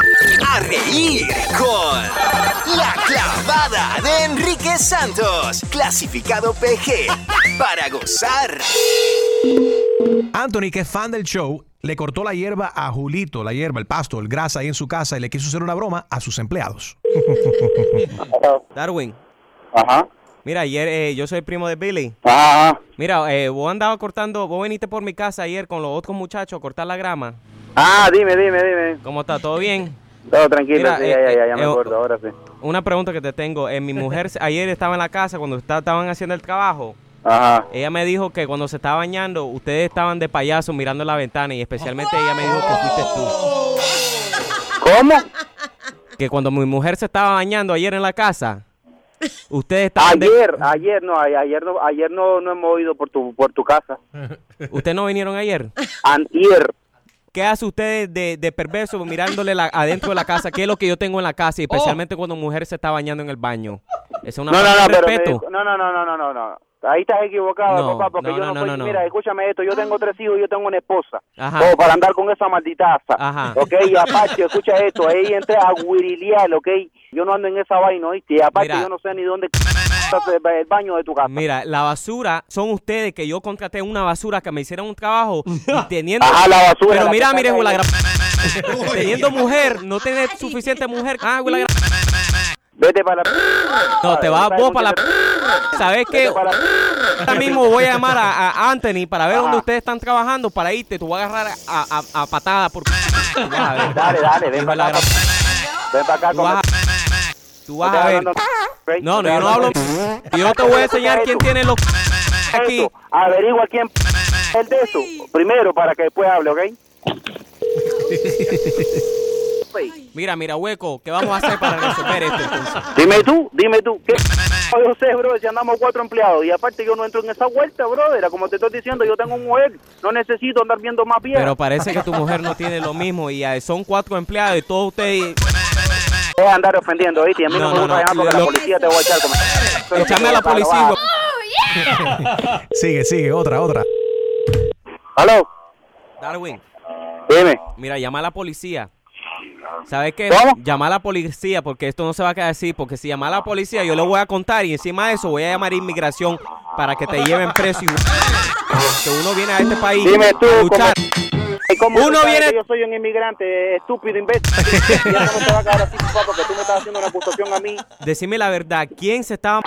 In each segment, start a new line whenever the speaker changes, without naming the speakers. A reír con La clavada de Enrique Santos, clasificado PG, para gozar.
Anthony, que es fan del show, le cortó la hierba a Julito, la hierba, el pasto, el grasa ahí en su casa y le quiso hacer una broma a sus empleados.
Darwin,
Ajá, Ah.
mira, ayer eh, yo soy el primo de Billy.
ajá,
Mira, eh, vos andabas cortando, vos viniste por mi casa ayer con los otros muchachos a cortar la grama.
Ah, dime, dime, dime.
¿Cómo está? ¿Todo bien?
Todo tranquilo,
Mira,
sí,
eh,
ya, ya, ya,
eh,
ya me
eh,
acuerdo, ahora sí.
Una pregunta que te tengo. Eh, mi mujer se- ayer estaba en la casa cuando está- estaban haciendo el trabajo.
Ajá.
Ella me dijo que cuando se estaba bañando, ustedes estaban de payaso mirando la ventana y especialmente ella me dijo que fuiste tú.
¿Cómo?
Que cuando mi mujer se estaba bañando ayer en la casa, ustedes estaban de-
Ayer, ayer no, a- ayer no, ayer no, no hemos ido por tu, por tu casa.
¿Ustedes no vinieron ayer?
Antier.
¿Qué hace ustedes de, de perverso mirándole la- adentro de la casa? ¿Qué es lo que yo tengo en la casa? Y especialmente cuando mujer se está bañando en el baño. Es una
Oh. No, no,
falta
no,
de
pero me
respeto.
dijo- no, no, no, no, no, no, no. Ahí estás equivocado,
No,
papá, porque
no,
yo
no,
no,
no,
soy.
no.
Mira, escúchame esto, yo tengo tres hijos y yo tengo una esposa.
Ajá.
Todo para andar con esa malditaza.
Ajá.
Ok, y Apache, escucha esto, ahí entré a guirilear, ok. Yo no ando en esa vaina, oíste. Y aparte,
Mira.
yo no sé ni dónde está el baño de tu casa.
Mira, la basura son ustedes que yo contraté una basura que me hicieron un trabajo y teniendo.
Ajá, la basura.
Pero
la
mira,
que
mire,
está
güey, la
ahí.
gra- Teniendo mujer, no tener suficiente mujer. Ah, güey, la gra-
Vete para la...
No, te vas
Vete
vos para la.
vete
¿Sabes qué?
para la-
Ahora mismo voy a llamar a, a Anthony para ver
Ajá.
dónde ustedes están trabajando para irte. Tú vas a agarrar a, a, a patada por. Dale,
Dale, dale, ven para acá. Ven para acá.
Tú vas a, tú vas a ver. No, no, yo no hablo. Yo no te voy a enseñar quién tiene los. Aquí.
Esto, averigua quién es el de eso primero para que después hable, ¿ok?
Mira, mira, hueco, ¿qué vamos a hacer para resolver esto entonces?
Dime tú, dime tú, ¿qué yo sé, bro, si andamos cuatro empleados y aparte yo no entro en esa vuelta, brother, como te estoy diciendo, yo tengo un mujer, no necesito andar viendo más viejas.
Pero parece que tu mujer no tiene lo mismo y eh, son cuatro empleados y todos ustedes.
Es andar ofendiendo, ¿viste? Y a mí
No,
no, me
no,
gusta
no,
dejar porque
lo-
la policía te va a echar como... Pero
Echame a
qué
la
bárbaro,
policía.
va.
hue-
Sigue, sigue, otra, otra.
¿Aló?
Darwin,
Dime.
mira, llama a la policía. ¿Sabes qué?
¿Cómo?
Llama a la policía porque esto no se va a quedar así. Porque si llama a la policía, yo le voy a contar y encima de eso voy a llamar a inmigración para que te lleven preso. y- Que uno viene a este país
Dime tú,
a luchar.
¿Cómo
Uno
tú sabes
viene-
que yo soy un inmigrante, eh, estúpido, imbécil. ya no me te va a quedar así, papá, porque tú me estás haciendo una acusación a mí.
Decime la verdad, ¿quién se estaba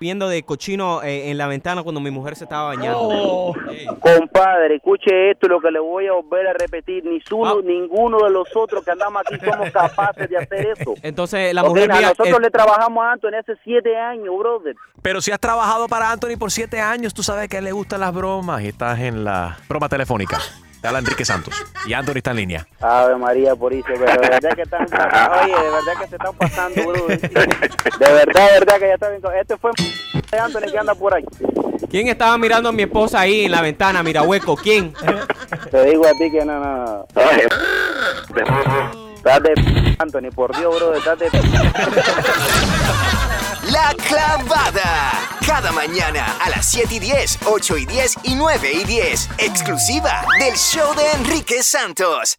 viendo de cochino eh, en la ventana cuando mi mujer se estaba bañando?
Oh. Compadre, escuche esto, lo que le voy a volver a repetir. Ni uno,
Ah.
ninguno de los otros que andamos aquí somos capaces de hacer eso.
Entonces la
Ok,
mujer
a
mía,
nosotros
eh,
le trabajamos a Anthony hace siete años, brother.
Pero si has trabajado para Anthony por siete años, tú sabes que a él le gustan las bromas y estás en la broma telefónica. Te habla Enrique Santos y Anthony está en línea.
Ave María, por eso, pero de verdad que están, oye, de verdad que se están pasando, brother. De verdad, de verdad que ya está bien. Este fue de Anthony que anda por ahí.
¿quién estaba mirando a mi esposa ahí en la ventana? Mira, hueco, ¿quién?
Te digo a ti que no, no, no. Estás de p- Anthony, por Dios, bro, estás de p-
La clavada. Cada mañana a las 7 y 10, 8 y 10 y 9 y 10. Exclusiva del show de Enrique Santos.